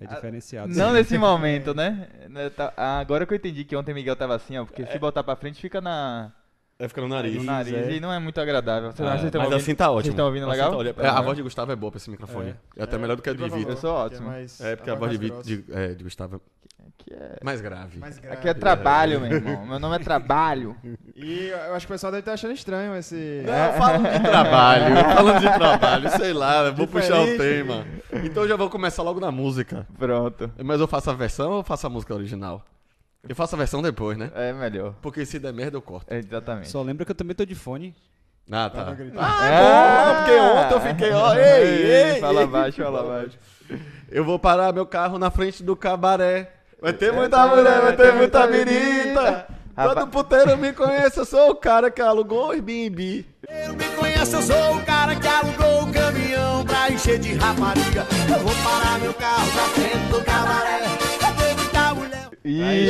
É diferenciado. Não nesse momento, né? Né, tá- ah, Agora que eu entendi que ontem Miguel tava assim, ó, porque se botar pra frente fica na, Vai ficar no no É. nariz. nariz é. e não é muito agradável. Vocês- Ah, vocês tão mas ouvindo- assim tá ótimo. Vocês estão ouvindo Assim legal? tá- olha, é, a voz de Gustavo é boa pra esse microfone. É, até melhor do que a de Vitor. Eu sou ótimo. É, porque a voz de, Vitor- de- é, de Gustavo é Aqui é, mais grave. Mais grave. aqui é trabalho, meu irmão. Meu nome é trabalho. E eu acho que o pessoal deve estar achando estranho esse. Não, É, falando de trabalho, falando de trabalho, sei lá, vou puxar o Diferente. tema. Então eu já vou começar logo na música. Pronto. Mas eu faço a versão ou eu faço a música original? Eu faço a versão depois, né? É melhor. Porque se der merda eu corto. É, Exatamente. Só lembra que eu também tô de fone. Ah, tá. Pra gritar. Ah, porque ontem eu fiquei, ó, ei, ei. É. Fala baixo, fala baixo. Eu vou parar meu carro na frente do cabaré. Vai ter muita Eita, mulher, vai ter muita menina. birita. Todo Rapaz. puteiro me conhece, eu sou o cara que alugou o Airbnb. Eu me conheço, eu sou o cara que alugou o caminhão pra encher de rapariga. Eu vou parar meu carro na frente do cabaré. Eu vou evitar mulher.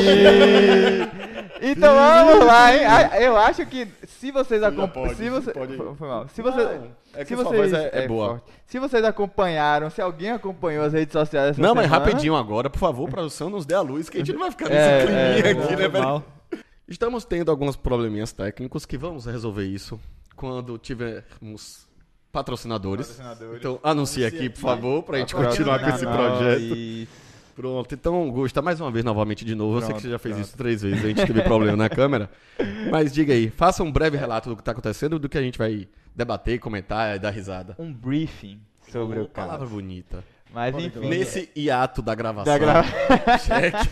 Ih! Então vamos lá, hein? Ah, Eu acho que se vocês acompanharam. pode, Se você... pode. Foi foi mal. Se vocês. é se que sua vocês... voz é- é boa. forte. Se vocês acompanharam, se alguém acompanhou as redes sociais essa Não, mas semana- rapidinho agora, por favor, produção, nos dê a luz, que a gente não vai ficar nesse É, climinha é, aqui, né, velho? Normal. Estamos tendo alguns probleminhas técnicos que vamos resolver isso quando tivermos patrocinadores. Então, anuncie aqui, por favor, pra gente continuar com esse Não, projeto. e- Pronto, então, Gusta, mais uma vez, novamente, de novo. Eu sei que Pronto, você já fez pronto. isso três vezes, a gente teve problema na câmera. Mas diga aí, faça um breve relato do que tá acontecendo, do que a gente vai debater, comentar e dar risada. Um briefing sobre Uma o caso. palavra bonita. Mas enfim. Nesse hiato da gravação. Da grava- Cheque.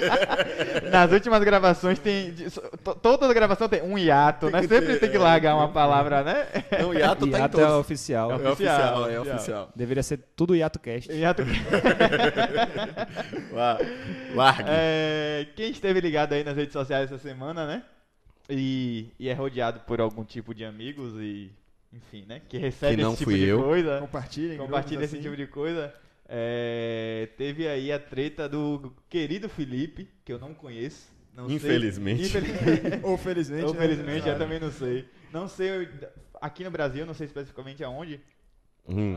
Nas últimas gravações tem. de- so- to- Toda gravação tem um hiato, né? Sempre tem que largar uma palavra, né? Não, hiato tá em Iato é todos. oficial. É oficial, é oficial. Deveria ser tudo Iato Cast. Hiato. Vá, Largue. É, quem esteve ligado aí nas redes sociais essa semana, né? E, e é rodeado por algum tipo de amigos e. Enfim, né? Que recebe Que não esse tipo fui de eu. coisa. Compartilhem. Compartilha grupos esse tipo assim. de coisa. É, teve aí a treta do querido Felipe, que eu não conheço. Não sei- Infelizmente. Infelizmente. Ou felizmente. Ou, né? felizmente, eu também não sei. Não sei, eu- aqui no Brasil, não sei especificamente aonde, Hum.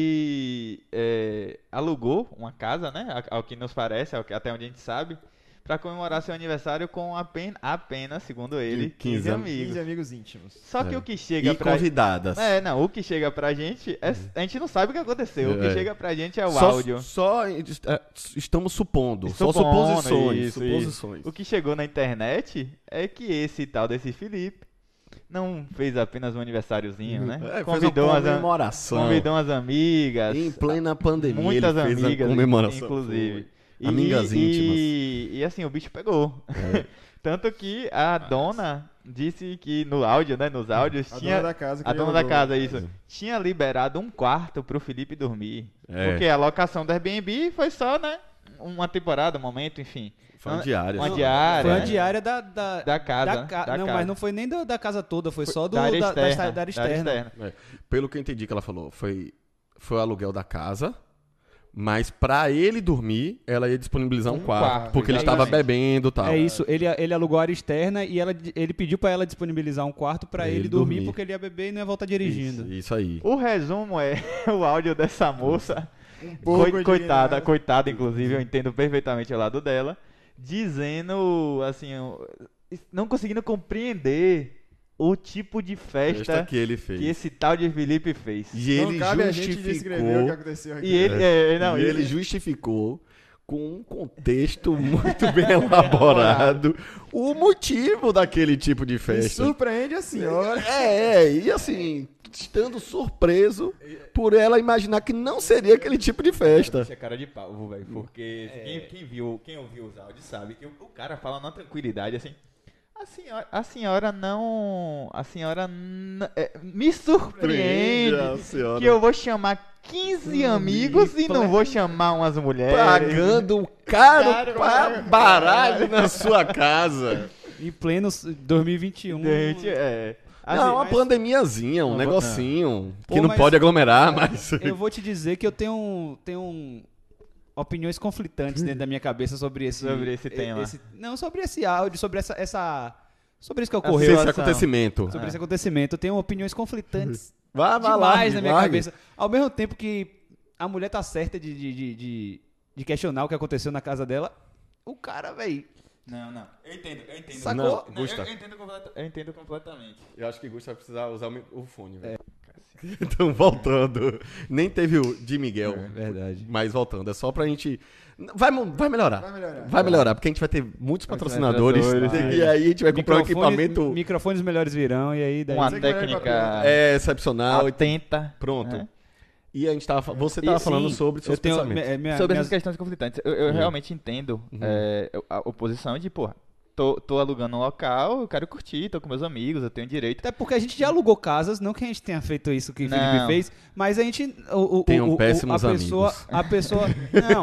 que é, alugou uma casa, né? a- Ao que nos parece, ao que- até onde a gente sabe, pra comemorar seu aniversário com apen- apenas, segundo ele, 15, 15 amigos. 15 amigos íntimos. Só que o que chega É. E pra convidadas. é, não, o que chega pra gente, é- a gente não sabe o que aconteceu. O que É. chega pra gente é o só, áudio. Só eh, estamos supondo. Só Supondo, suposições. isso, suposições. O que chegou na internet é que esse tal desse Felipe não fez apenas um aniversáriozinho, né? É, Convidou fez uma umas am- comemoração. Convidou umas amigas. Em plena pandemia, muitas ele fez amigas, a comemoração. inclusive. E- Amigas e, íntimas. É. E, assim, o bicho pegou. Tanto que a dona disse que no áudio, né? Nos áudios, A tinha. dona da casa. que a dona da alugou. casa, isso. Tinha liberado um quarto pro Felipe dormir. É. Porque a locação do Airbnb foi só, né? Uma temporada, um momento, enfim. Foi uma diária. Uma só. diária. Foi a né? diária da, da, Da casa, da ca- da não, casa. mas não foi nem da, da casa toda, foi, só do, da área da, da externa. esta- da área externa. É, Pelo que eu entendi que ela falou, foi, foi o aluguel da casa, mas pra ele dormir, ela ia disponibilizar um, Um quarto, quarto, Porque ele exatamente. estava bebendo e tal. É isso, ele, ele alugou a área externa e ela, ele pediu pra ela disponibilizar um quarto pra ele, dormir, porque ele ia beber e não ia voltar dirigindo. É Isso, isso aí. O resumo é o áudio dessa moça. pouco Coi- coitada, indignado. coitada, inclusive, eu entendo perfeitamente o lado dela. Dizendo, assim, o- não conseguindo compreender o tipo de Festa festa é que ele que fez. esse tal de Felipe fez. E Não ele cabe a gente descrever o que justificou. aconteceu aqui. E ele, é, não, e ele justificou com um contexto muito bem elaborado o motivo daquele tipo de Me festa. surpreende a senhora. É, é, e assim, estando surpreso por ela imaginar que não seria aquele tipo de festa. Isso é cara de pau, velho. Porque É. quem, quem viu, quem ouviu os áudios sabe que o, o cara fala na tranquilidade assim. A senhora, a senhora não. A senhora. n- é, me surpreende Surpreende a senhora. que eu vou chamar 15 amigos e não vou chamar umas É. mulheres. Pagando caro pra baralho na sua casa. Em pleno s- 2021. Gente, é. Assim, não, uma mas- pandemiazinha, um Não, negocinho. Pô, que não mas- pode aglomerar, mas. Eu vou te dizer que eu tenho, tenho opiniões conflitantes dentro da minha cabeça sobre esse Sobre esse e- tema. não, sobre esse áudio, sobre essa, essa sobre isso que Esse ocorreu, ação. acontecimento. É. sobre esse acontecimento. Eu tenho opiniões conflitantes Tá Vá, vá lá. demais na minha largue. cabeça. Ao mesmo tempo que a mulher tá certa de, de, de, de- de questionar o que aconteceu na casa dela, o cara, velho. Não, não. Eu entendo, eu entendo. Sacou? Não, eu- Gusta. Eu, entendo completa- eu entendo completamente. Eu acho que Gusto vai precisar usar o mi- o fone, velho. É. Então, voltando. Nem teve o de Miguel. É Verdade. Mas voltando, é só pra gente. Vai, mu- vai melhorar. Vai melhorar. Vai melhorar, porque a gente vai ter muitos patrocinadores. Patrocinadores, e aí a gente vai comprar um Microfone- equipamento Microfones melhores virão, e aí daí. Uma Você que vai técnica é, excepcional. e atenta. Pronto. né? E a gente tava. fa- Você tava E, falando sim, sobre eu seus tenho. pensamentos. me- minha- Sobre minhas- Uhum. essas questões conflitantes, eu, eu realmente entendo é, a oposição de, porra, tô, tô alugando um local, eu quero curtir, tô com meus amigos, eu tenho direito. Até porque a gente já alugou casas, não que a gente tenha feito isso que o Felipe Não. fez, mas a gente. O, o, Tenham o- o- péssimos a pessoa, amigos. A pessoa. Não.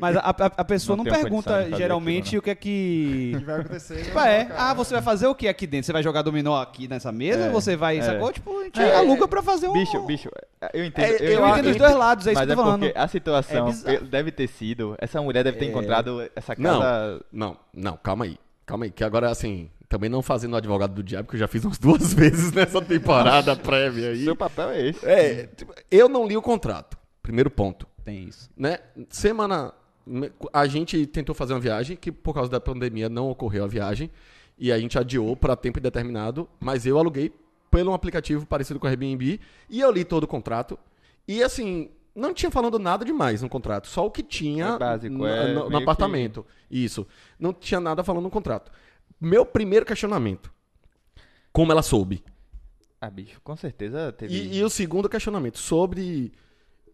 Mas a, a, a pessoa Não não, tenho condição de fazer pergunta aquilo, geralmente o que é que. que vai acontecer. Tipo, é, ah, você vai fazer o que aqui dentro? Você vai jogar dominó aqui nessa mesa? você vai, sacou? Tipo, a gente É, aluga pra fazer um... Bicho, bicho, eu entendo. É, Eu, eu entendo os dois lados, é isso mas que eu é tô falando. porque a situação É bizarro. É. deve ter sido. Essa mulher deve ter encontrado essa Não. casa. Não, não, calma aí. Calma aí, que agora assim, também não fazendo o advogado do diabo, que eu já fiz umas duas vezes nessa temporada prévia aí. Seu papel é esse. É, tipo, eu não li o contrato. Primeiro ponto. Tem isso. né? Semana. A gente tentou fazer uma viagem que, por causa da pandemia, não ocorreu a viagem. E a gente adiou para tempo indeterminado. Mas eu aluguei pelo um aplicativo parecido com o Airbnb. E eu li todo o contrato. E assim. Não tinha falando nada demais no contrato, só o que tinha É básico, no, é no- no meio que- apartamento. Isso. Não tinha nada falando no contrato. Meu primeiro questionamento: como ela soube? Ah, bicho, com certeza teve. E, e o segundo questionamento, sobre.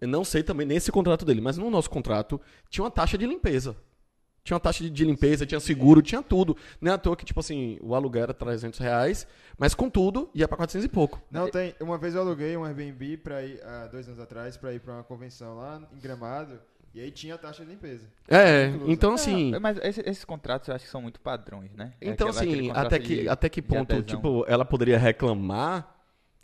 Eu não sei também nesse contrato dele, mas no nosso contrato tinha uma taxa de limpeza. Tinha uma taxa de, de limpeza, tinha seguro, tinha tudo. Não é à toa que, tipo assim, o aluguel era 300 reais, mas com tudo ia pra 400 e pouco. Não tem. Uma vez eu aluguei um Airbnb pra ir, há dois anos atrás, pra ir pra uma convenção lá em Gramado. E aí tinha a taxa de limpeza. É, Incluso. então Ah, assim. mas esse- esses contratos eu acho que são muito padrões, né? É Então aquela- aquele assim, contrato até de- que, até que de ponto, adesão. tipo, ela poderia reclamar.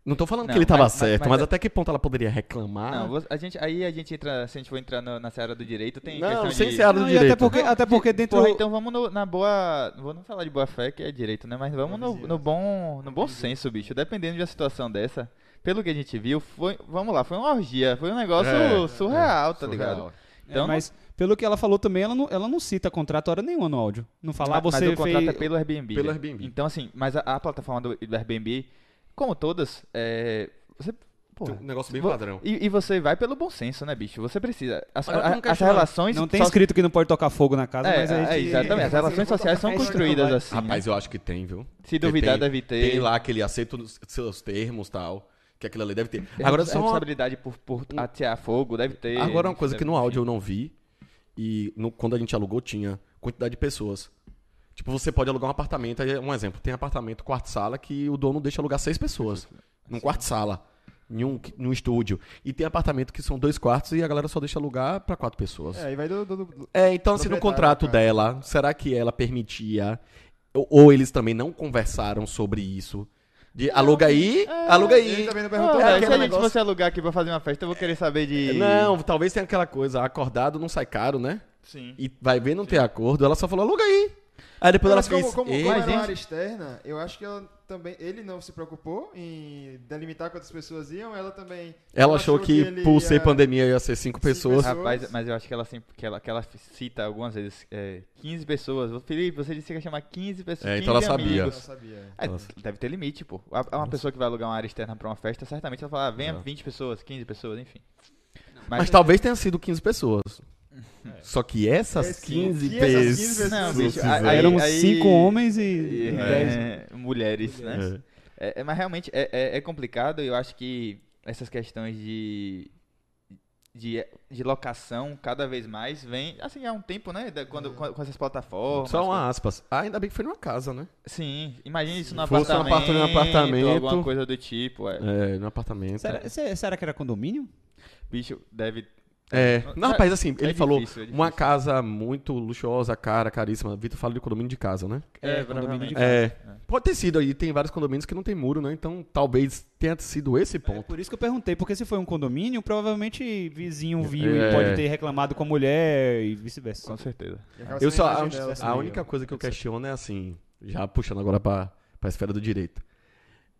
Não tô falando Não, que ele tava mas- mas- certo, mas, mas- é- até que ponto ela poderia reclamar? ah. Não, você- a gente, aí a gente entra. Se a gente for entrar no- na seara do direito, tem. Não, questão sem de... seara do Não, e direito. até porque, até porque dentro... Porra, então vamos no- na boa. Não vou não falar de boa fé, que é direito, né? Mas vamos no, no bom, no bom senso, bicho. Dependendo de uma situação dessa, pelo que a gente viu, foi. Vamos lá, foi uma orgia. Foi um negócio É, surreal, tá ligado? Surreal. É, mas pelo que ela falou também, ela não, ela não cita contrato hora nenhuma no áudio. Não fala, ah, mas você o contrato fez... é pelo Airbnb. Pelo né? Airbnb. Então, assim, mas a, a plataforma do, do Airbnb, como todas, é. Você. Porra, Tem um negócio bem vo- padrão. E, e você vai pelo bom senso, né, bicho? Você precisa. As, Mas eu tô a- me as questionando. relações. Não tem só- escrito que não pode tocar fogo na casa, É, mas a é, gente... exatamente. As relações sociais são É isso que eu tô construídas falando. assim. né? Rapaz, eu acho que tem, viu? Se duvidar, Tem- deve ter. Tem lá aquele aceito nos seus termos e tal. Que aquilo ali deve ter. Tem Agora, res- só uma, responsabilidade por, por atear fogo, deve ter. agora uma coisa deve- que no áudio eu não vi. E no- quando a gente alugou, tinha quantidade de pessoas. Tipo, você pode alugar um apartamento. aí é Um exemplo, tem apartamento quarto-sala que o dono deixa alugar seis pessoas. Num quarto-sala. Em um, em um estúdio. E tem apartamento que são dois quartos e a galera só deixa alugar pra quatro pessoas. É, aí vai do. do- do- É, então assim, no Proprietário, contrato cara. dela, será que ela permitia? Ou, ou eles também não conversaram sobre isso? De aluga aí, aluga Ele aí. é, também não Ah, perguntou. velho, né, se a aquele gente negócio- fosse alugar aqui pra fazer uma festa, eu vou querer saber de. Não, talvez tenha aquela coisa, acordado não sai caro, né? Sim. E vai ver não ter acordo, ela só falou aluga aí. Aí depois ela Mas fez, como, como, "Ei, como era gente." uma área externa, eu acho que ela também. Ele não se preocupou em delimitar quantas pessoas iam, ela também. ela achou ele que por ser ia- pandemia ia ser cinco pessoas. pessoas. Rapaz, mas eu acho que ela sempre. Que ela, que ela cita algumas vezes é, 15 pessoas. Felipe, você disse que ia chamar 15 pessoas. É, então ela 15 sabia. Ela amigos. sabia. É, deve ter limite, pô. A- Uma pessoa que vai alugar uma área externa pra uma festa, certamente ela fala, ah, venha Exato. 20 pessoas, 15 pessoas, enfim. Mas talvez tenha sido 15 pessoas. Só que essas É. Esse- 15 que essas 15 pessoas. Não, pessoas bicho, fizeram. aí- Eram aí- cinco homens e... E- dez- é, mulheres, né? É. É, é, mas realmente é, é, é complicado. Eu acho que essas questões de, de, de locação cada vez mais vem. Assim, há um tempo, né? da- É. Quando, com, com essas plataformas. Só uma aspas. Ah, ainda bem que foi numa casa, né? Sim, imagina isso no Se fosse um apartamento. apartamento, apartamento. Alguma coisa do tipo. é. É, no apartamento. Será, se- será que era condomínio? Bicho, deve. É, Não, não, é- rapaz, assim, ele é falou difícil, é difícil. uma casa muito luxuosa, cara, caríssima. Vitor fala de condomínio de casa, né? É, condomínio provavelmente. de É, né? pode ter sido aí, tem vários condomínios que não tem muro, né? Então talvez tenha sido esse É, ponto. por isso que eu perguntei, porque se foi um condomínio, provavelmente vizinho viu É. e pode ter reclamado com a mulher e vice-versa. Com certeza. E aquela eu só a, imagem dela, a assim, única coisa que eu questiono é assim, já puxando agora pra, pra esfera do direito.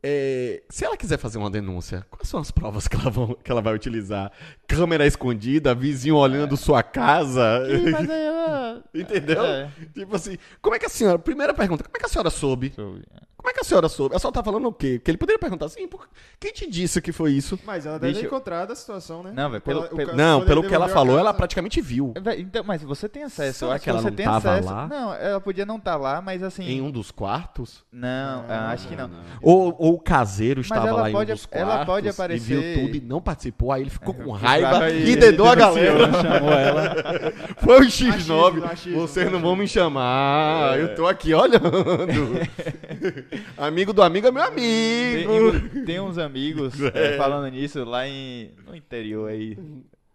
é, se ela quiser fazer uma denúncia, quais são as provas que ela, vão- que ela vai utilizar? Câmera escondida, vizinho olhando sua casa. É. Ih, mas aí ela. Entendeu? É. Tipo assim, como é que a senhora. Primeira pergunta, como é que a senhora soube? Deixa eu ver. Como é que a senhora soube? A senhora tá falando o quê? Porque ele poderia perguntar assim, por- quem te disse que foi isso? Mas ela deve Bicho, ter encontrado a situação, né? Não, velho, Quando pelo- ela- o pelo- cara- Não, quando pelo ele que ela devolveu a falou, ela casa- praticamente viu. Véi, Então, mas você tem acesso, Será eu acho que ela você não tem tava acesso. lá? Não, ela podia não estar lá, mas assim. Em um dos quartos? Não, ah, acho que não. Ou, ou o caseiro estava ela lá pode- em um dos quartos ela pode e viu aparecer- tudo e não participou, aí ele ficou com bravo raiva aí, e ele dedou a galera. Chamou ela. Foi o Achismo, X9. achismo, Vocês não vão me chamar. Eu tô aqui olhando. amigo do amigo é meu Tem, amigo. inclu- tem uns amigos É. eh, falando nisso lá em, no interior aí,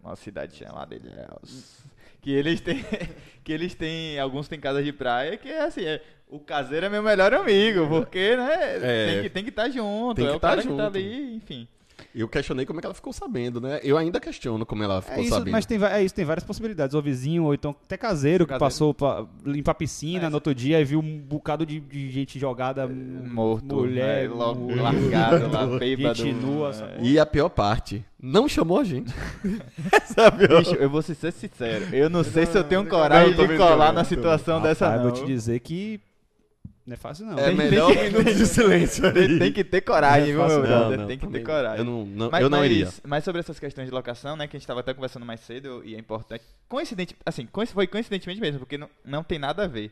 uma cidade chamada Ilhéus, que eles têm, que eles têm, alguns têm casa de praia que é assim, é, o caseiro é meu melhor amigo, porque né, É. tem que tem que estar junto, Tem que é o tá cara que junto. tá ali, enfim. Eu questionei como é que ela ficou sabendo, né? Eu ainda questiono como ela ficou É isso, sabendo. mas tem, va- é isso, tem várias possibilidades. Ou vizinho, ou então até caseiro, que Caseiro. passou pra limpar a piscina no outro dia e viu um bocado de, de gente jogada, Morto, mulher, né, logo mu- largado lá, bêbado. gente nua. né. sabe? E a pior parte, não chamou a gente. Essa é a pior. Bicho, eu vou ser ser sincero, eu não sei se eu tenho não, coragem não, tô de brincando, colar na tô brincando. situação dessa Rapaz, não. vou te dizer que não é fácil não. É Tem- melhor tem que- um minuto de silêncio Tem, aí. tem que ter coragem, viu, Não é fácil, meu Não, brother? não, Tem que ter também coragem. Eu não, não- eu não iria. Mas sobre essas questões de locação, né, que a gente tava até conversando mais cedo e é importante. Coincidente, assim, coinc- foi coincidentemente mesmo, porque não, não tem nada a ver.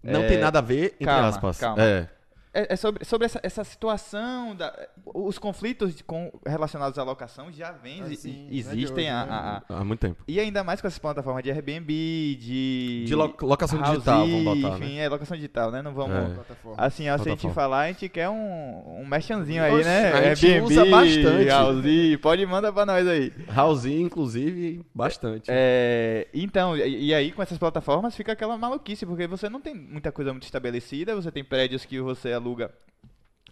Não É, tem nada a ver, entre calma, aspas. calma. É. É, é sobre, sobre essa, essa situação, da, os conflitos de- com- relacionados à locação já vêm, Ah, e- sim, e- não é de existem. hoje, a- né? a- a- Há muito tempo. e ainda mais com essas plataformas de Airbnb, de. De lo- locação House, digital, vamos botar, Enfim, né? é locação digital, né? Não vamos. É. Plataforma. Assim, ó, se a gente Plataforma. falar, a gente quer um, um merchanzinho aí, Oxe, né? a gente usa bastante. Alzi, pode mandar pra nós aí. Raulzinho, inclusive, bastante. É, então, e, e aí com essas plataformas fica aquela maluquice, porque você não tem muita coisa muito estabelecida, você tem prédios que você aluga.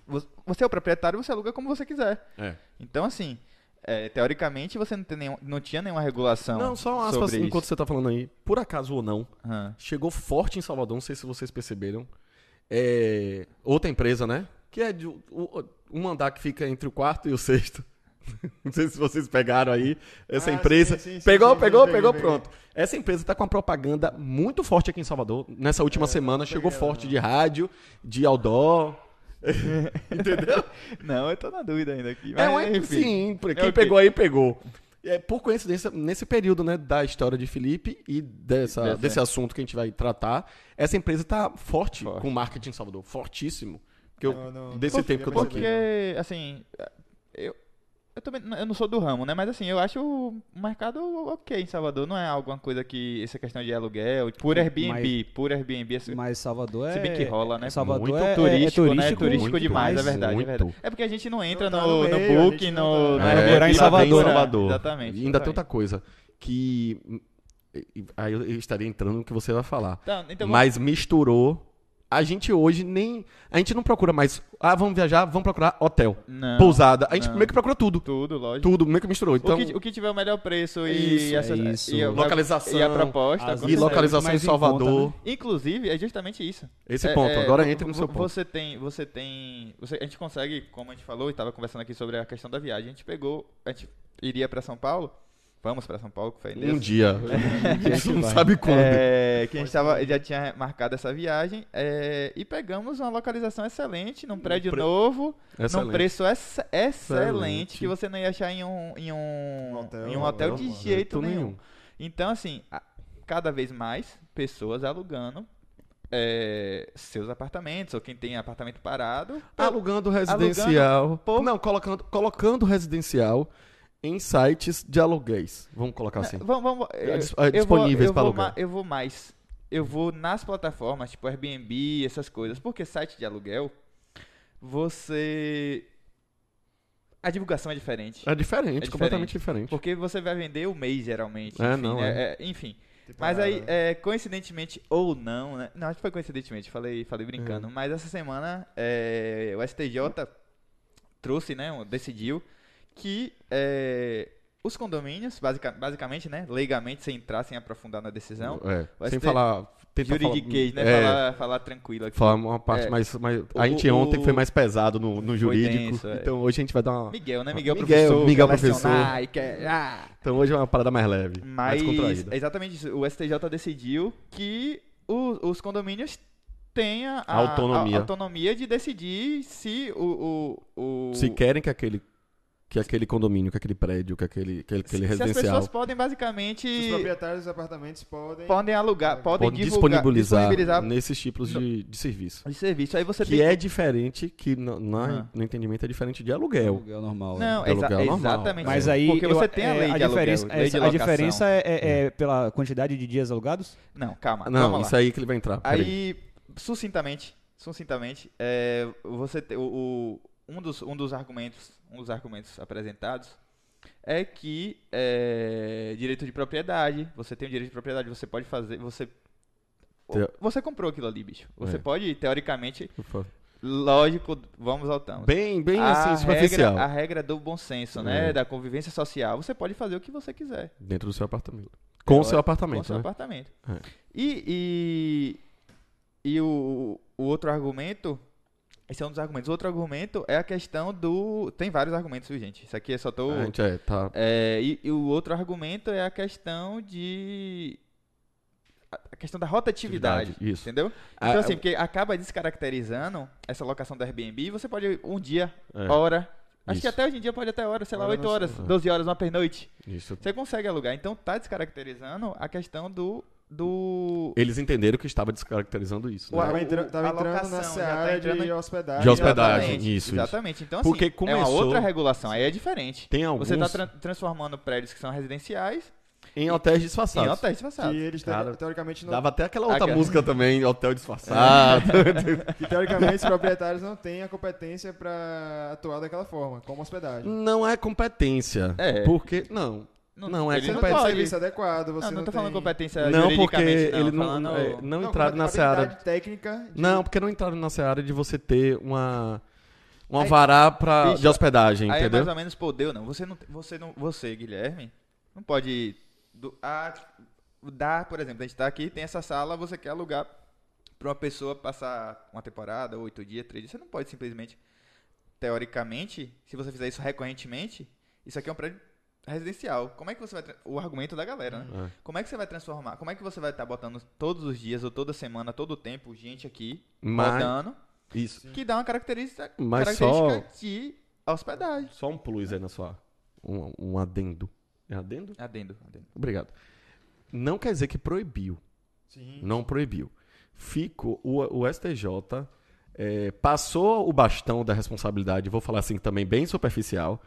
vo- Você é o proprietário, você aluga como você quiser. É. Então, assim, é, teoricamente você não, tem nenhum- não tinha nenhuma regulação. Não, só um aspas sobre isso. enquanto você tá falando aí. Por acaso ou não, Aham. chegou forte em Salvador, não sei se vocês perceberam. É, outra empresa, né? Que é de, o- o- um andar que fica entre o quarto e o sexto. Não sei se vocês pegaram aí essa Ah, empresa. sim, sim, sim, pegou, sim, pegou, sim, pegou, peguei, pronto. Essa empresa tá com uma propaganda muito forte aqui em Salvador. Nessa última É, semana chegou forte né? de rádio, de outdoor. Entendeu? Não, eu tô na dúvida ainda aqui. É Mas, um enfim. sim, pra- É quem o quê? pegou aí pegou. É, por coincidência, nesse período né, da história de Felipe e dessa, Dessa- desse assunto que a gente vai tratar, essa empresa tá forte, Forte. com marketing em Salvador, fortíssimo. Porque eu- Não, não, desse não tempo que eu tô é percebi, aqui. Porque, assim, eu, eu também eu não sou do ramo, né? Mas assim, eu acho o mercado ok em Salvador. Não é alguma coisa que. Essa questão de aluguel, por Airbnb, por Airbnb. essa- Mas Salvador é... se bem que rola, né? Salvador Muito é, é- é turístico, né? turístico, Turístico muito demais, é mais, verdade, muito. é verdade. É porque a gente não entra Não tá no, no no meio, a Booking, gente no, não no tá- É, Airbnb. morar em lá Salvador, tá dentro, né? Exatamente. E ainda tem outra exatamente. coisa que. e- e- Aí eu eu estaria entrando no que você vai falar. Tá, então, vamos- Mas misturou. A gente hoje nem. A gente não procura mais. Ah, vamos viajar, vamos procurar hotel, Não, pousada. A gente não. meio que procura tudo. Tudo, lógico. Tudo, meio que misturou. Então, o, que, o que tiver o melhor preço e, Isso, é essa- isso. e a- Localização, e a proposta. as com e Isso é certeza. localização em mais em conta, Salvador. né? Inclusive, é justamente isso. Esse É, ponto, é, agora vo- entra no seu vo- ponto. Você tem, você tem, você- a gente consegue, como a gente falou, e estava conversando aqui sobre a questão da viagem. A gente pegou, a gente iria para São Paulo. Vamos para São Paulo, que foi em Um dia. A gente não sabe quando. é, que a gente tava, já tinha marcado essa viagem é, e pegamos uma localização excelente, num prédio Um pre- novo, num Excelente. preço ex- excelente, Excelente. que você não ia achar em um, em um, Um hotel, em um hotel de não, De jeito nenhum. Então, assim, a- cada vez mais pessoas alugando é, seus apartamentos, ou quem tem apartamento parado. tá Tá Alugando residencial. por- Não, colocando, colocando residencial em sites de aluguéis. Vamos colocar assim. Vamos, vamos, eu, É dis- é eu vou, disponíveis eu pra vou alugar. ma- Eu vou mais. Eu vou nas plataformas, tipo Airbnb, essas coisas. Porque site de aluguel, você. A divulgação é diferente. É diferente, É completamente diferente. Porque você vai vender o mês, geralmente. É, enfim, não, né? É, enfim. Tipo, Mas ah, aí, é, coincidentemente ou não, né? Não, acho que foi coincidentemente, falei, falei É. brincando. Mas essa semana é, o STJ trouxe, né? um- Decidiu que é, Os condomínios, basica- basicamente, né? Leigamente, sem entrar, sem aprofundar na decisão. É, Vai sem ter falar. Tentar falar, Juridiquês, né? é, Falar, falar tranquilo aqui. falar uma parte É. mais, mais. O- A gente o- ontem foi mais pesado no, no jurídico. denso, é. então hoje a gente vai dar uma. Miguel, né? Miguel, Miguel, professor. Miguel, quer lecionar professor. e quer- ah. Então hoje é uma parada mais leve. mais Mas contraída. é exatamente isso. O STJ decidiu que o- os condomínios têm a, A autonomia. a autonomia de decidir se o. o- o- Se querem que aquele, que aquele condomínio, que aquele prédio, que aquele, que se, aquele se as residencial. pessoas podem Os basicamente. proprietários dos apartamentos podem. Podem alugar, podem podem divulgar, disponibilizar, disponibilizar nesses tipos de, de serviço. de serviço. Aí você Que tem é diferente, que no, na- Ah. no entendimento é diferente de aluguel. Aluguel normal. né? Não, de é exa aluguel normal. exatamente. Mas isso. aí Porque eu- você tem a é, lei de aluguel, diferença, lei de é, a locação. Uhum. diferença é, é- é pela quantidade de dias alugados? Não, calma. Ah, Não, vamos lá. isso aí que ele vai entrar. peraí. Aí, sucintamente, sucintamente, é, você te- o, o- um, dos, um dos argumentos, um dos argumentos apresentados é que é, direito de propriedade, você tem o direito de propriedade, você pode fazer, você Teo- você comprou aquilo ali, bicho. Você É. pode teoricamente, Por favor. lógico, vamos ao tamo. Bem, bem a assim, superficial. Regra, a regra do bom senso, né? É. Da convivência social. Você pode fazer o que você quiser. Dentro do seu apartamento. Com o seu apartamento, Com seu né? apartamento. É. E, e, e o, o outro argumento. Esse é um dos argumentos. O outro argumento é a questão do. Tem vários argumentos, viu, gente? Isso aqui eu só tô. A gente é, tá. É, e, e o outro argumento é a questão de. a- A questão da rotatividade. Atividade, isso. Entendeu? Ah, então, assim, porque acaba descaracterizando essa locação do Airbnb e você pode ir um dia, É. hora. Acho Isso. que até hoje em dia pode até hora, sei lá, Hora 8 não sei. horas, 12 horas, uma pernoite. Isso. Você consegue alugar. Então tá descaracterizando a questão do. do Eles entenderam que estava descaracterizando isso. O Né? a- Tava, entra- o- tava a entrando locação na já tá seara entrando em- de hospedagem. De hospedagem, Exatamente, isso, isso. Exatamente. Então, Porque assim, é uma começou- outra regulação. Aí é diferente. Tem alguns Você tá tran- transformando prédios que são residenciais em hotéis em disfarçados. hotéis Que disfarçados. eles te- Cara, teoricamente não. Dava até aquela outra Aquela- música também, hotel disfarçado. Que teoricamente os proprietários não têm a competência pra atuar daquela forma, como hospedagem. Não é competência. É. Porque. Não. Não, é ele Você competência. não tem um pode. serviço adequado, você Não, não, não tô tem... falando competência Não, porque juridicamente, não. ele não, falando... é, não Não, entraram na compatibilidade seara. técnica. de- Não, porque não entraram na seara de você ter uma. Uma vará pra, bicho, de hospedagem, Aí é entendeu? mais ou menos poder, não. Você não, você não, você Guilherme, não pode do, a, dar, por exemplo, a gente tá aqui, tem essa sala, você quer alugar pra uma pessoa passar uma temporada, oito dias, três dias, você não pode simplesmente, teoricamente, se você fizer isso recorrentemente, isso aqui é um prédio residencial. Como é que você vai, tra- o argumento da galera, né? Como é que você vai transformar? Como é que você vai estar botando todos os dias ou toda semana, todo o tempo, gente aqui Mas- rodando, Isso. que dá uma característica, Mas só- característica de hospedagem. Só um plus aí na sua. Um, um adendo. É adendo? Adendo, adendo. Obrigado. Não quer dizer que proibiu. Sim. Não proibiu. Fico, o, o STJ eh, passou o bastão da responsabilidade, vou falar assim também bem superficial,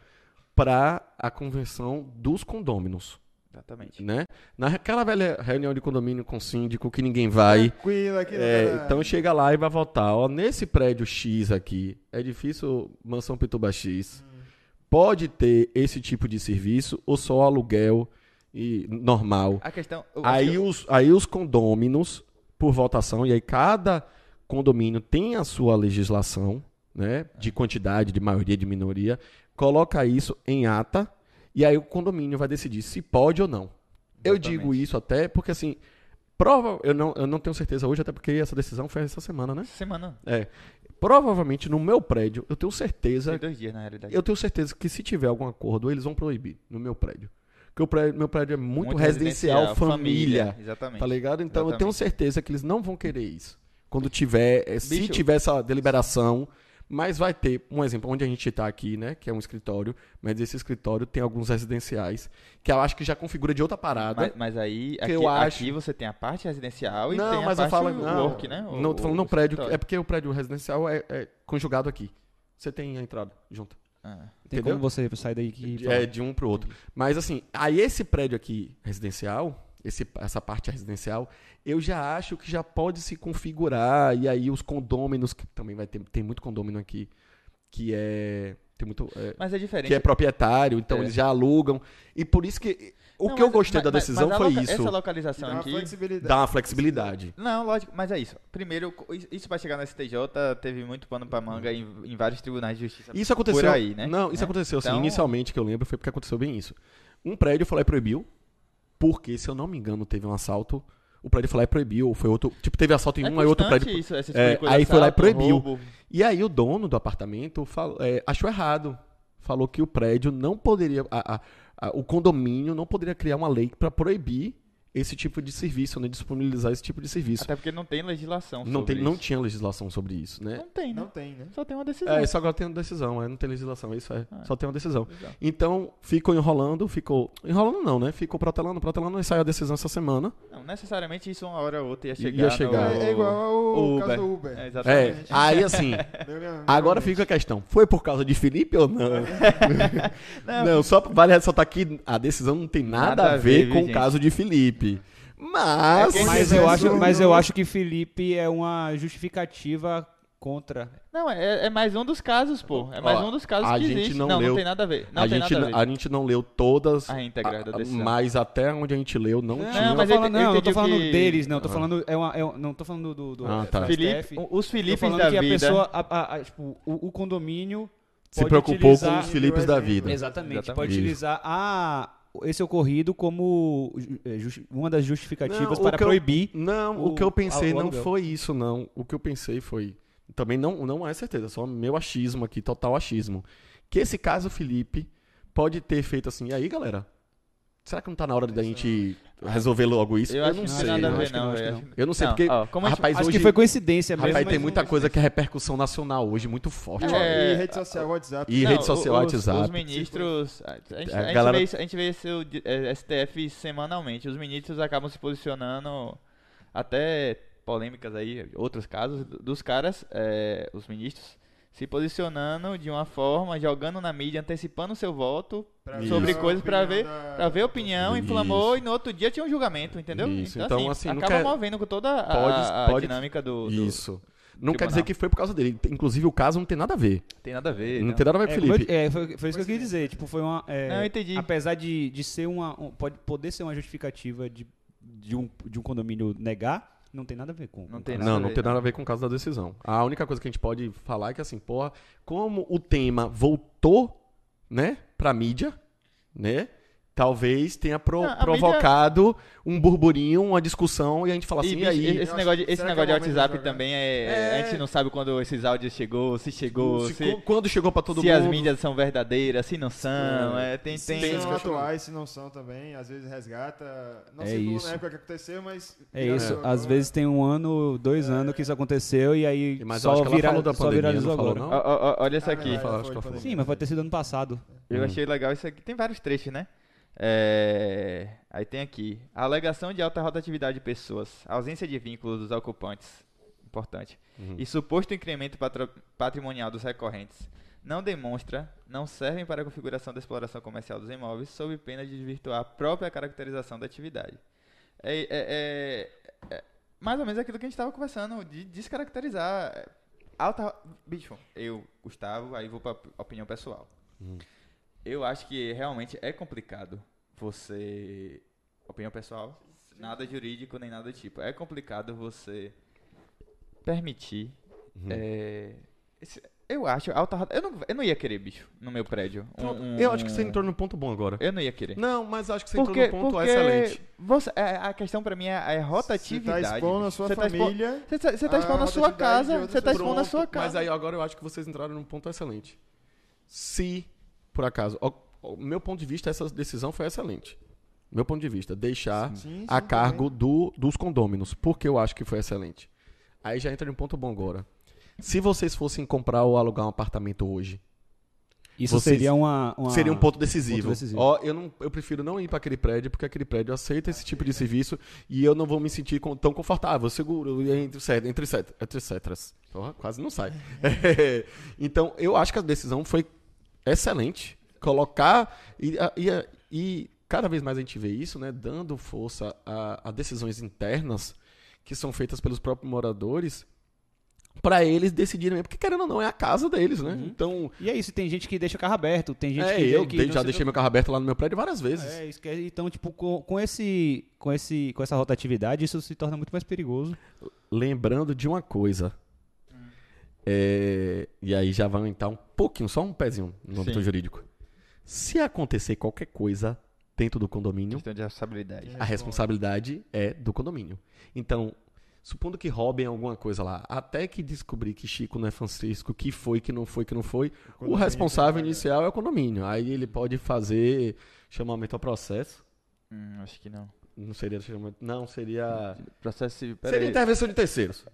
para a convenção dos condôminos, Exatamente. né? Naquela velha reunião de condomínio com síndico que ninguém É, vai. Tranquila aqui, eh, né? então chega lá e vai votar. Ó, nesse prédio X aqui, é difícil mansão Pituba X. Pode ter esse tipo de serviço ou só aluguel e normal? A questão. o- Aí os, aí os condôminos, por votação, e aí cada condomínio tem a sua legislação, né? De quantidade, de maioria, de minoria, coloca isso em ata, e aí o condomínio vai decidir se pode ou não. Eu Exatamente. digo isso até porque, assim, prova, eu não, eu não tenho certeza hoje, até porque essa decisão foi essa semana, né? Essa semana. É. Provavelmente no meu prédio, eu tenho certeza Tem dois dias, na realidade. eu tenho certeza que se tiver algum acordo, eles vão proibir no meu prédio. Porque o prédio- meu prédio é muito, Muito residencial, família, Exatamente. Tá ligado? Então eu tenho Exatamente. certeza que eles não vão querer isso. Quando tiver, eh, se Bicho. tiver essa deliberação. Mas vai ter, um exemplo, onde a gente tá aqui, né? Que é um escritório, mas esse escritório tem alguns residenciais, que eu acho que já configura de outra parada. Mas, mas aí, aqui, eu acho- aqui você tem a parte residencial e não, tem mas a eu parte falo. Não, work, né? O- não, tô falando o no prédio, que- é escritório. porque o prédio residencial é, é conjugado aqui. Você tem a entrada junto. Ah. Tem Entendeu? como você sair daí que De- É, de um pro outro. Mas assim, aí esse prédio aqui residencial, esse, essa parte residencial, eu já acho que já pode se configurar. E aí os condôminos, que também vai ter, tem muito condômino aqui, que é. Tem muito. é, Mas é diferente. que é proprietário, então É. eles já alugam. E por isso que. O Não, que eu mas- é gostei mas- da mas- decisão mas tá, a foi loca- isso. Essa Que dá localização uma aqui. flexibilidade. Dá uma flexibilidade. Não, lógico, mas é isso. Primeiro, co- isso- isso vai chegar na STJ, teve muito pano pra manga em, em vários tribunais de justiça. Isso aconteceu. Por aí, né? Não, isso Né? aconteceu assim. Então- Inicialmente que eu lembro foi porque aconteceu bem isso. Um prédio foi lá e proibiu, porque, se eu não me engano, teve um assalto. O prédio foi lá e proibiu, ou foi outro. Tipo, teve assalto em É um, aí outro constante prédio. isso, essa é, coisa, aí foi lá e assalto, proibiu. roubo. E aí o dono do apartamento falou- é, achou errado. Falou que o prédio não poderia. a- a- a- o condomínio não poderia criar uma lei para proibir esse tipo de serviço, né? Disponibilizar esse tipo de serviço. Até porque não tem legislação. Não, sobre tem, não isso. tinha legislação sobre isso, né? Não tem, né? Não tem, né? Só tem uma decisão. É, só agora tem uma decisão, é, não tem legislação, é isso é. Ah, Só tem uma decisão. legal. Então, ficou enrolando, ficou. Enrolando não, né? Ficou protelando, protelando e saiu a decisão essa semana. Não, necessariamente isso uma hora ou outra ia chegar. Ia chegar. no- É, é igual ao Uber. caso do Uber. É, É, exatamente. aí assim, agora fica a questão: foi por causa de Felipe ou não? Não, Não, só vale ressaltar que a decisão não tem nada, a ver viu, com o gente? caso de Felipe. Mas. É quem Mas quiser eu, acho, resolve. mas eu acho que Felipe é uma justificativa contra. não é, é mais um dos casos, pô. É mais Ó, um dos casos a que gente existe. não Não, leu- não tem nada a ver. Não a, tem gente, nada a ver. não- a gente não leu todas. A íntegra da a- decisão. Mas até onde a gente leu, não, Não, tinha. mas eu, eu falo- ente- não, eu eu tô entendi falando que- deles, não, eu tô falando. É uma, é uma- não tô falando do. do Ah, tá. do Felipe, STF. os Tô Filipes falando da que a vida. pessoa. a- a- a- tipo, o, o condomínio. se pode preocupou com utilizar- os Filipes da vida. Exatamente. Né? Exatamente. Pode Isso. utilizar a, esse ocorrido como ju- é, justi- uma das justificativas Não, o para que eu- proibir. Não, o, o- ah, que eu pensei o não aluguel. foi isso, não. O que eu pensei foi. Também não, não é certeza, só meu achismo aqui, total achismo. Que esse caso, Felipe, pode ter feito assim. E aí, galera? Será que não tá na hora da gente resolver logo isso? Eu, acho não que não sei. tem nada a eu ver, acho que não, acho que velho. não. Acho que- Eu não sei, Não, porque. ó, como a gente- rapaz, Acho hoje, que foi coincidência mesmo. rapaz, tem mas- muita coisa que é repercussão nacional hoje, muito forte. É. E rede social, WhatsApp. E Não, rede social, o- os, WhatsApp. Os ministros. A, a gente, A a gente galera- vê isso- a gente vê esse o di- eh, STF semanalmente. Os ministros acabam se posicionando até polêmicas aí, outros casos, do- dos caras, eh, os ministros, se posicionando de uma forma, jogando na mídia, antecipando seu voto Pra sobre ver a coisas pra ver. opinião da- Pra ver a opinião, Isso. inflamou e no outro dia tinha um julgamento, entendeu? Isso, então, assim, não acaba quer- movendo com toda a, a- a Pode- pode- dinâmica do, do- Isso. Não quer tribunal. dizer que foi por causa dele. Inclusive, o caso não tem nada a ver. Tem nada a ver. Não não. tem nada a ver com É, o como eu- Felipe. é, foi, foi isso que eu queria dizer. Tipo, foi uma. é, Não, eu entendi. Apesar de, de ser uma. um- pode poder ser uma justificativa de, de, um, de um condomínio negar, não tem nada a ver com. Não com- tem nada Não, a não ver, tem nada a ver com o caso da decisão. A única coisa que a gente pode falar é que, assim, porra, como o tema voltou, né, pra mídia, né, talvez tenha pro- Não, a mídia- provocado um burburinho, uma discussão, e a gente fala E, assim, e, bicho, aí? esse Eu negócio, acho- de- esse será que negócio é de o momento de WhatsApp jogar? também é, É. A gente não sabe quando esses áudios chegou, se chegou, se- se, quando chegou pra todo se mundo... as mídias são verdadeiras, se não são. É, tem, Se tem- são atuais, se não são também, às vezes resgata. Não É sei como isso. na época que aconteceu, mas. É isso. viralizou Às agora. vezes tem um ano, dois anos que isso aconteceu e aí É. Mas eu só, acho que ela vira, falou da só pandemia, viralizou não falou agora. Ó, não? ó, ó, olha isso Ah, aqui. verdade, Acho foi tá que ela pandemia. Sim, mas pode ter sido ano passado. Eu Hum. achei legal isso aqui. Tem vários trechos, né? É, Aí tem aqui. Alegação de alta rotatividade de pessoas. Ausência de vínculo dos ocupantes. Importante. E suposto incremento patro- patrimonial dos recorrentes. Não demonstra, não servem para a configuração da exploração comercial dos imóveis, sob pena de desvirtuar a própria caracterização da atividade. É, é- é- é mais ou menos aquilo que a gente estava conversando, de descaracterizar. é, Alta. Bicho, eu, Gustavo, aí vou para opinião pessoal. Eu acho que realmente é complicado você. Opinião pessoal, nada jurídico nem nada do tipo. É complicado você permitir. eh, esse- eu acho alta rota- eu não, eu não ia querer, bicho, no meu prédio. Um- um- Eu acho que você entrou num ponto bom agora. Eu não ia querer. Não, mas acho que você porque entrou num ponto porque excelente. você- é, a questão pra mim é a Você tá rotatividade. expondo a bicho. sua Você tá expo- família. Você tá, você tá a expondo a sua rotatividade de casa. outras Você tá expondo a Pronto, sua casa. Mas aí agora eu acho que vocês entraram num ponto excelente. Se, por acaso, ó, ó, meu ponto de vista, essa decisão foi excelente. Meu ponto de vista, deixar Sim, a sim, cargo do, dos condôminos, porque eu acho que foi excelente. Aí já entra num ponto bom agora. Se vocês fossem comprar ou alugar um apartamento hoje, Isso Vocês- seria uma, uma- seria um ponto decisivo. ponto decisivo. Ó, eu, não, eu prefiro não ir para aquele prédio, porque aquele prédio aceita esse tipo de serviço e eu não vou me sentir com- tão confortável, seguro, e entre etc, entre etc, entre etc. Porra, quase não sai. É. então, eu acho que a decisão foi excelente. Colocar e, a- e, a- e cada vez mais a gente vê isso, né? Dando força a, a decisões internas que são feitas pelos próprios moradores para eles decidirem, mesmo, porque querendo ou não, é a casa deles, né? Então, E é isso, tem gente que deixa o carro aberto, tem gente é, que, eu que dei- não já se deixei meu carro aberto lá no meu prédio várias vezes. É, esquece. Então, tipo, com, com esse, com, esse, com essa rotatividade, isso se torna muito mais perigoso. Lembrando de uma coisa. É, e aí já vai aumentar um pouquinho, só um pezinho no âmbito Sim. jurídico. Se acontecer qualquer coisa dentro do condomínio, Questão de responsabilidade. a responsabilidade é do condomínio. Então, supondo que roubem alguma coisa lá, até que descobrir que Chico não é Francisco, que foi, que não foi, que não foi, o condomínio responsável que paga. inicial é o condomínio. Aí ele pode fazer chamamento ao processo. Hum, acho que não. Não seria chamamento. Não, seria. Processo civil. seria Peraí. intervenção de terceiros.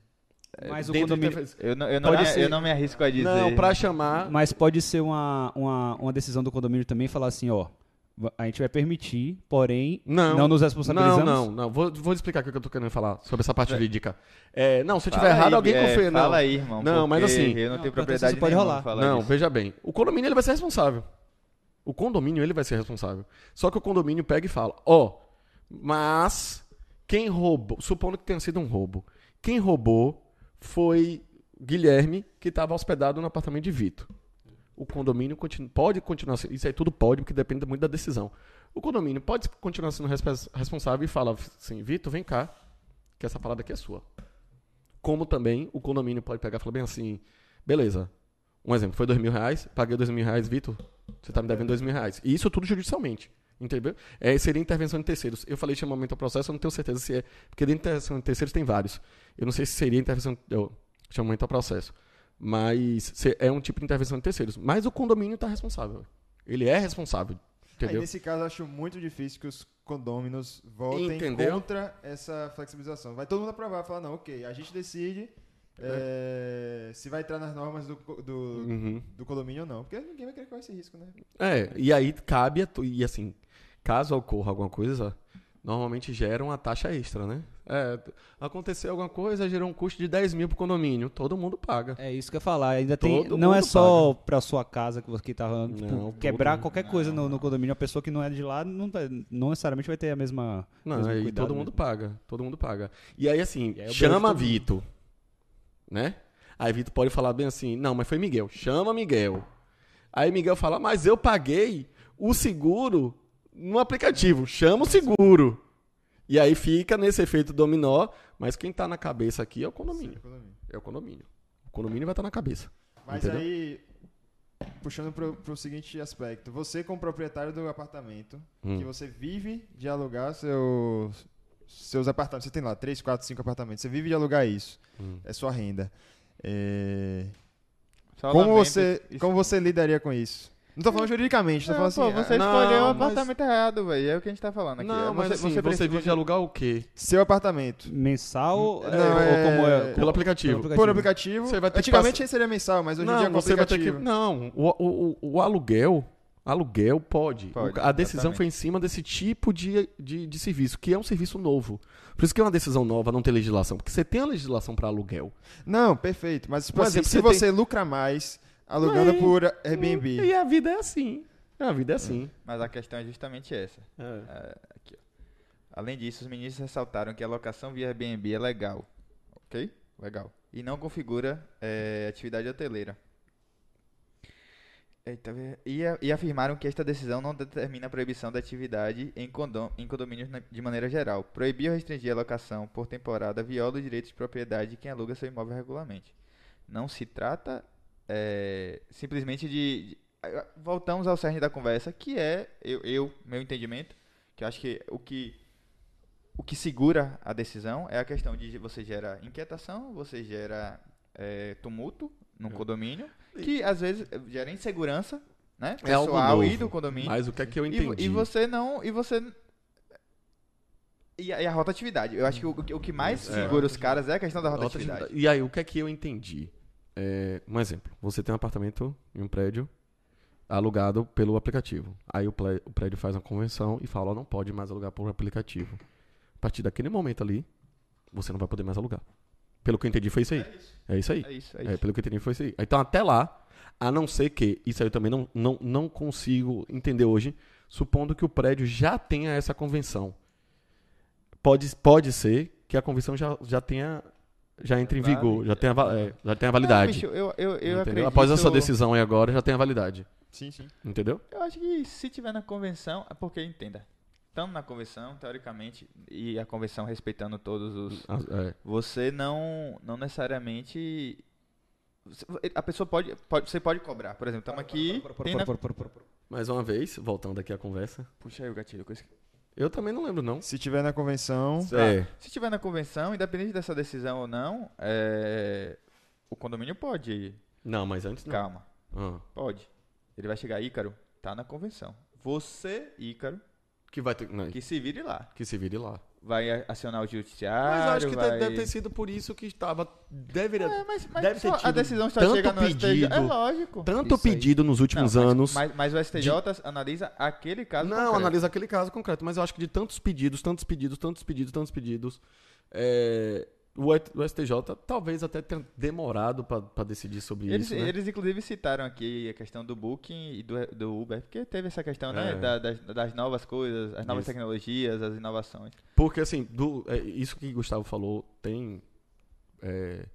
Mas o É, Dentro de condomínio. intervenção- Eu não, eu, não Pode me, ser. eu não me arrisco a dizer. Não, pra chamar. Mas pode ser uma, uma, uma decisão do condomínio também falar assim, ó. va- A gente vai permitir, porém, Não. não, nos responsabilizamos. Não, não, não. Vou, vou explicar o que eu tô querendo falar sobre essa parte jurídica. É, não, se eu tiver Fala aí, errado, alguém é, confia. Não, Fala aí, irmão. Não, mas porque assim- Eu não, Não, pra tenho ter propriedade isso pode nenhuma rolar. pra falar não disso. veja bem. O condomínio ele vai ser responsável. O condomínio ele vai ser responsável. Só que o condomínio pega e fala: ó, mas quem roubou, supondo que tenha sido um roubo, quem roubou foi Guilherme, que estava hospedado no apartamento de Vitor. O condomínio continu- pode continuar sendo. Isso aí tudo pode, porque depende muito da decisão. O condomínio pode continuar sendo respe- responsável e fala assim: Vitor, vem cá, que essa parada aqui é sua. Como também o condomínio pode pegar e falar bem assim: beleza, um exemplo, foi dois mil reais, paguei dois mil reais, Vitor, você tá me devendo dois mil reais. E isso tudo judicialmente, entendeu? É, seria intervenção de terceiros. Eu falei chamamento ao processo, eu não tenho certeza se é, porque dentro de intervenção de terceiros tem vários. Eu não sei se seria intervenção, eu, chamamento ao processo. Mas se- é um tipo de intervenção de terceiros. Mas o condomínio está responsável. Ele é responsável, Aí, entendeu? nesse caso, eu acho muito difícil que os condôminos votem Entendeu? contra essa flexibilização. Vai todo mundo aprovar, falar, não, ok, a gente decide É eh, se vai entrar nas normas do, co- do, Uhum. do condomínio ou não. Porque ninguém vai querer correr esse risco, né? É, e aí cabe, a tu- e assim, caso ocorra alguma coisa, normalmente gera uma taxa extra, né? É, t- aconteceu alguma coisa, gerou um custo de 10 mil pro condomínio, todo mundo paga. É isso que eu ia falar. Ainda tem, Todo não é mundo só pra sua casa que você que tá falando, tipo, Não, todo quebrar mundo. qualquer coisa no, no condomínio. A pessoa que não é de lá não, tá- não necessariamente vai ter a mesma. Não, mesmo aí cuidado todo mundo mesmo. paga, todo mundo paga. E aí assim, né? E aí eu beijo chama todo Vitor, né? Aí Vitor pode falar bem assim, não, mas foi Miguel, chama Miguel. Aí Miguel fala, mas eu paguei o seguro no aplicativo, chama o seguro. E aí fica nesse efeito dominó, mas quem tá na cabeça aqui é o condomínio. Sim, condomínio. É o condomínio. O condomínio vai estar na cabeça. Mas Entendeu? aí, puxando pro, pro seguinte aspecto, você como proprietário do apartamento, Hum. que você vive de alugar seus, seus apartamentos, você tem lá 3, 4, 5 apartamentos, você vive de alugar isso, Hum. é sua renda. É, Só Como lamento você, isso. como você lidaria com isso? Não tô falando juridicamente, tô Não, falando assim, pô, você ah, Hum. não, é escolheu o mas- apartamento errado, velho. É o que a gente tá falando aqui. Não, É, mas assim, você, precisa- vive de alugar o quê? seu apartamento. né? Mensal é, Não, ou é- como é? Pelo como- Pelo aplicativo. pelo Por aplicativo. Você vai ter que Antigamente seria mensal, mas hoje em dia é Não, com você vai ter que. aplicativo. Não, o, o, o- o aluguel. Aluguel pode. Pode, O- a decisão exatamente. foi em cima desse tipo de, de, de serviço, que é um serviço novo. Por isso que é uma decisão nova não ter legislação. Porque você tem a legislação para aluguel. Não, perfeito. Mas, tipo Mas assim, é que se você você lucra mais alugando Aí- por Airbnb. E a vida é assim. A vida é assim. Mas a questão é justamente essa. É, aqui, ó. Além disso, os ministros ressaltaram que a locação via Airbnb é legal. Ok? Legal. E não configura é, atividade hoteleira. Eita, ve- e, a- e afirmaram que esta decisão não determina a proibição da atividade em, condom, em condomínios na- de maneira geral. Proibir ou restringir a locação por temporada viola os direitos de propriedade de quem aluga seu imóvel regularmente. Não se trata é, simplesmente de, de- ah, Voltamos ao cerne da conversa, que é, eu, eu- meu entendimento, que eu acho que o que o que segura a decisão é a questão de você gera inquietação, você gera é, tumulto num condomínio, que às vezes eh, gera insegurança, né? É algo pessoal e novo, do condomínio. Mas o que é que eu E vo- entendi? E, você não. E você. E a, e a rotatividade. Eu acho que o, o que- o que mais segura os caras é a questão da rotatividade. Rotatividade. E aí, o que é que eu entendi? É, um exemplo. Você tem um apartamento em um prédio alugado pelo aplicativo. Aí o, plé- o prédio faz uma convenção e fala, ó, não pode mais alugar por aplicativo. A partir daquele momento ali, você não vai poder mais alugar. Pelo que eu entendi, foi isso aí. É isso aí. É isso, é É, isso. pelo que eu entendi, foi isso aí. Então, até lá, a não ser que, isso aí eu também não, não, não consigo entender hoje, supondo que o prédio já tenha essa convenção. Pode, pode ser que a convenção já, já tenha. Já entre em Vale. vigor, já tenha, va- é, já tenha validade. Não, bicho, eu, eu, eu entendeu? acredito. Após essa decisão aí agora, já tenha validade. Sim, sim. Entendeu? Eu acho que se tiver na convenção, é porque entenda. Estando na convenção, teoricamente, e a convenção respeitando todos os, Ah, é. você não não necessariamente você- a pessoa pode, pode- você pode cobrar por exemplo estamos aqui Por- por- tem por- na- por- por- por- por- Mais uma vez, voltando aqui à conversa. Puxa aí o gatilho. que eu esque- Eu também não lembro, não. Se tiver na convenção, É. Se tiver na convenção, independente dessa decisão ou não, é, o condomínio pode ir. Não, mas antes não. Calma, Ah, pode. Ele vai chegar, Ícaro, tá na convenção. Você, Ícaro, que vai ter. Não, que se vire lá. Que se vire lá. Vai a- acionar o judiciário. Mas eu acho que de- vai... deve ter sido por isso que estava. Deveria. É, mas, mas Deve ter só- a tido decisão só tanto chega no STJ. É pedido, lógico. Tanto Isso aí. pedido nos últimos Não, mas- anos. Mas, mas o STJ analisa aquele caso. não, concreto. analisa aquele caso concreto, mas eu acho que de tantos pedidos, tantos pedidos, tantos pedidos, tantos pedidos, é, o, E- o STJ talvez até tenha demorado para decidir sobre Eles, isso. né? eles, inclusive, citaram aqui a questão do Booking e do, do Uber, porque teve essa questão, né? É. da- das, das novas coisas, as novas Isso. tecnologias, as inovações. Porque, assim, do- é, isso que Gustavo falou tem. É,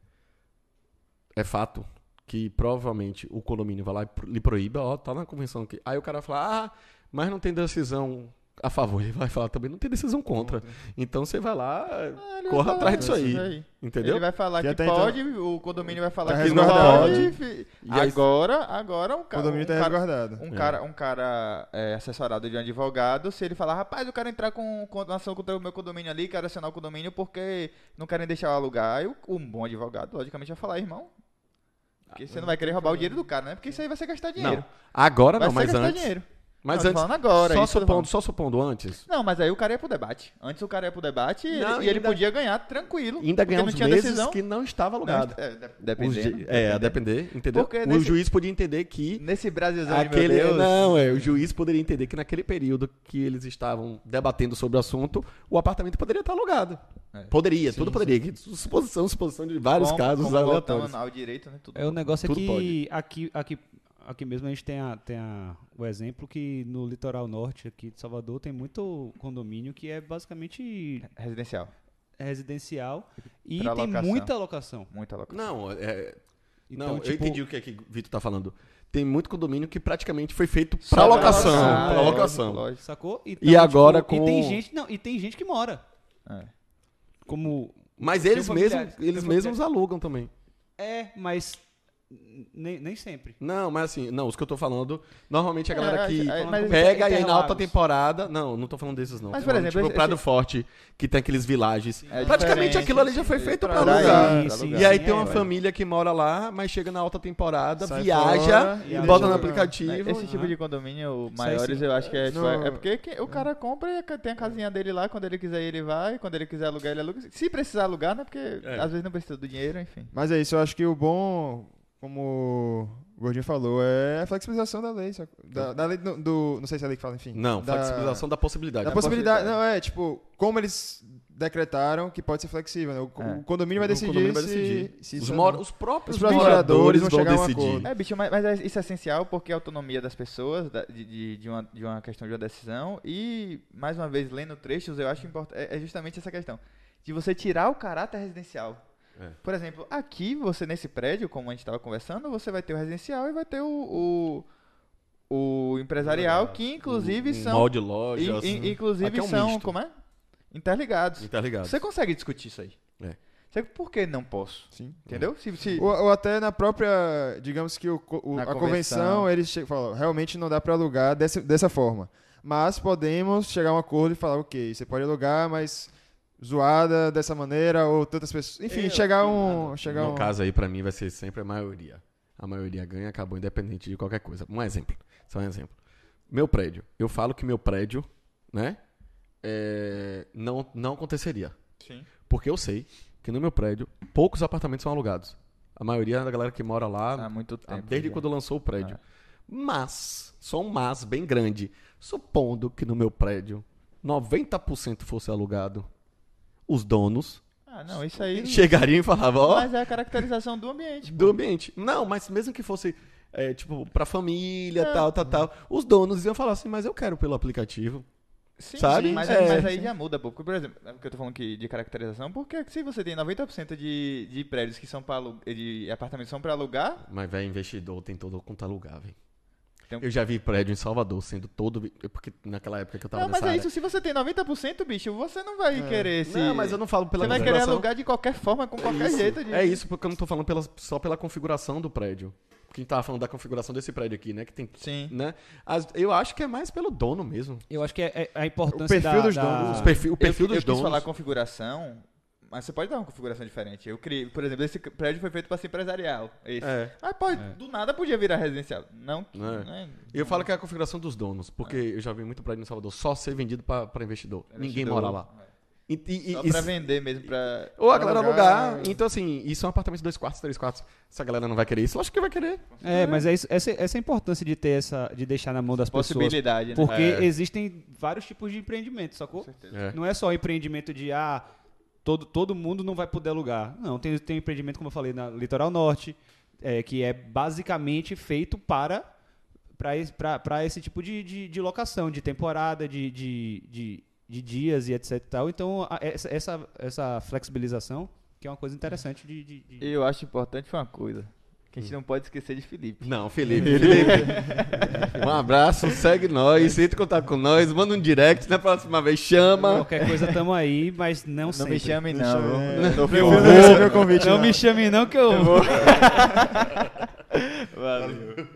é fato que provavelmente o condomínio vai lá e pro- lhe proíba, ó, tá na convenção aqui. Aí o cara fala, ah, mas não tem decisão a favor. Ele vai falar também, não tem decisão contra. Então você vai lá, ele vai corra falar atrás disso isso aí. aí. Entendeu? Ele vai falar Que que, até então- pode, o condomínio vai falar Tá que não resguardado. pode. fi- E aí- Agora, agora um o cara. condomínio um tá cara- resguardado. É. um cara, um cara é, assessorado de um advogado, se ele falar, rapaz, eu quero entrar com, com uma ação contra o meu condomínio ali, quero acionar o condomínio porque não querem deixar eu alugar, aí o- um bom advogado, logicamente, vai falar, irmão, porque Ah, você não vai querer roubar o dinheiro do cara, né? Porque isso aí vai ser gastar dinheiro. Não, agora vai não, ser mas gastar antes. dinheiro. Mas Não, tô antes. falando agora, só, um isso que eu tô supondo, falando. só supondo antes. Não, mas aí o cara ia pro debate. Antes o cara ia pro debate e Não, ele- e ele ainda- podia ganhar tranquilo. Ainda porque ganhar não uns tinha meses decisão. que não estava Não, alugado. é, de- Os di- dependendo. é, a dependendo. depender, entendeu? Porque o nesse- juiz podia entender que Nesse Brasilzão de meu Aquele, Deus. não, é, o juiz poderia entender que naquele período que eles estavam debatendo sobre o assunto, o apartamento poderia estar alugado. É. Poderia, tudo poderia. Suposição, suposição de vários como- casos como aleatórios. voltando ao direito, né? Tudo. É, o negócio Tudo é que pode. aqui, aqui, aqui mesmo a gente tem, a, tem a- o exemplo que no litoral norte aqui de Salvador tem muito condomínio que é basicamente Residencial. residencial e Pra tem locação. muita locação. Muita loucura. Não, é, Então, não tipo, eu entendi o que, é que o Vitor está falando. Tem muito condomínio que praticamente foi feito Só para pra locação. locação, Para é. locação. Lógico. Sacou? Então, E agora com- E tem gente, não, e tem gente que mora. É. Como Mas eles, Tem mesmos, familiares, tem eles familiares. mesmos alugam também. é, mas n- nem, nem sempre. Não, mas assim, não, os que eu tô falando, normalmente a galera É, que é, mas- pega e aí na Interlagos. alta temporada. Não, não tô falando desses, não. Mas, Tô por falando, exemplo, tipo, esse- o Prado esse- Forte, que tem aqueles villages. É Praticamente diferente. é aquilo ali já foi feito pra Pra alugar. alugar. Sim, E E aí tem é, uma ué. família que mora lá, mas chega na alta temporada, Sai viaja, fora e aluga. bota no Né, aplicativo. Esse tipo de condomínio, o Sai maiores, sim. eu acho que é. tipo, Não. é porque que- o cara compra e ca- tem a casinha dele lá, quando ele quiser ele vai, quando ele quiser alugar, ele aluga. Se precisar alugar, né? Porque É. às vezes não precisa do dinheiro, enfim. Mas é isso, eu acho que o bom, como o Gordinho falou, é a flexibilização da lei. saca? Da, da lei do, do- Não sei se é a lei que fala, enfim. Não, da, flexibilização da possibilidade. Da da possibilidade. possibilidade. Não, é tipo, como eles decretaram que pode ser flexível, né? O, co- É. o condomínio vai O decidir. condomínio vai se- decidir. se os, isso é mora- bom. os próprios Os próprios moradores moradores vão vão chegar a um decidir. acordo. É, bicho, mas, mas é- isso é essencial porque é a autonomia das pessoas, da- de, de, de uma, de uma questão de uma decisão. E, mais uma vez, lendo trechos, eu acho importante. É, é justamente essa questão. De você tirar o caráter residencial. É. Por exemplo, aqui, você nesse prédio, como a gente estava conversando, você vai ter o residencial e vai ter o, o, o empresarial, que inclusive Um são. mall de lojas. in- in- inclusive Aqui é um são. misto. Como é? Interligados. Tá ligado? Você consegue discutir isso aí? É. Você- por que não posso? Sim. Entendeu? Se- se- Ou, ou até na própria, digamos que o co- o- Na a convenção, convenção. eles che- falam, realmente não dá para alugar dessa, dessa forma. Mas podemos chegar a um acordo e falar, ok, você pode alugar, mas zoada dessa maneira, ou tantas pessoas. Enfim, chegar a um. Chegar a no um... caso aí, pra mim, vai ser sempre a maioria. A maioria ganha, acabou independente de qualquer coisa. Um exemplo, só um exemplo. Meu prédio. Eu falo que meu prédio, né, é, não, não aconteceria. Sim. Porque eu sei que no meu prédio, poucos apartamentos são alugados. A maioria da galera que mora lá, Há muito tempo. Ah, desde já. quando lançou o prédio. Mas, só um mas bem grande. Supondo que no meu prédio, 90% fosse alugado, os donos Ah, não, isso aí. chegariam e falavam, ó... Mas é a caracterização do ambiente. Tipo, do ambiente. Não, mas mesmo que fosse, é, tipo, pra família, tal, tal, tal, os donos iam falar assim, mas eu quero pelo aplicativo. Sim, Sabe? Mas, É. mas aí já muda, pô. Porque, por exemplo, é porque eu tô falando que de caracterização, porque se você tem 90% de, de prédios que são pra alugar, de apartamentos que são pra alugar, Mas, velho, investidor tem todo quanto é lugar, velho. Tem um- Eu já vi prédio em Salvador sendo todo. Porque naquela época que eu tava Não, mas Tá nessa é área. É. isso. Se você tem 90%, bicho, você não vai querer se... Não, mas eu não falo pela Você vai querer configuração. alugar de qualquer forma, com qualquer jeito. De... É isso, porque eu não tô falando pela- só pela configuração do prédio. Quem tava falando da configuração desse prédio aqui, né? Que tem. Sim. Né? As- eu acho que é mais pelo dono mesmo. Eu acho que é, é a importância perfil da, dos da- donos, Os perfil- o perfil Ah. eu, dos eu donos. quis falar configuração, mas você pode dar uma configuração diferente. Eu criei, por exemplo, esse prédio foi feito para ser empresarial. Esse. É. Mas pode, do nada podia virar residencial. Não, que- É. né? Eu falo que é a configuração dos donos, porque É. eu já vi muito prédio em Salvador só ser vendido pra pra investidor. Ninguém Investidor. mora lá. E- e- e- Só e- pra vender mesmo, pra... Ou a galera Alugar. alugar. Então, assim, isso é um apartamento de dois quartos, três quartos. Se a galera não vai querer isso, lógico que vai querer. É, mas é isso- essa, essa é a importância de ter essa, de deixar na mão das pessoas. Possibilidade, né? Porque É. existem vários tipos de empreendimento, sacou? É. Não é só empreendimento de ah, todo, todo mundo não vai poder alugar. Não, tem, tem empreendimento, como eu falei, na Litoral Norte, é, que é basicamente feito para para esse, pra- pra esse tipo de, de, de locação, de temporada, de, de, de, de dias e etc. e tal. Então, a- essa, essa, essa flexibilização, que é uma coisa interessante de. de- de- Eu acho importante foi uma coisa, que a gente não pode esquecer de Felipe. Não, Felipe. Felipe. um abraço, segue nós, entra em contato com nós, manda um direct na próxima vez, chama. Qualquer coisa tamo aí, mas não, Não sempre. me chame não, eu- eu tô Eu feliz. né? não recebi o convite, Não não. me chame não que eu... Valeu.